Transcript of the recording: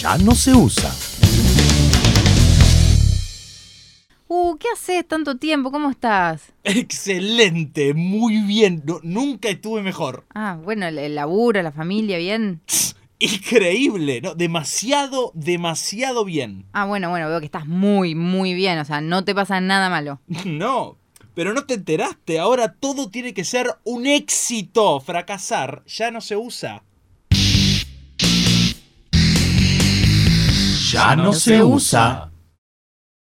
ya no se usa. Uh, ¿qué haces tanto tiempo? ¿Cómo estás? Excelente, muy bien. No, nunca estuve mejor. Ah, bueno, el, el laburo, la familia, bien. Increíble, ¿no? Demasiado, demasiado bien. Ah, bueno, bueno, veo que estás muy, muy bien, o sea, no te pasa nada malo. No, pero no te enteraste. Ahora todo tiene que ser un éxito. Fracasar ya no se usa. Ya no se usa.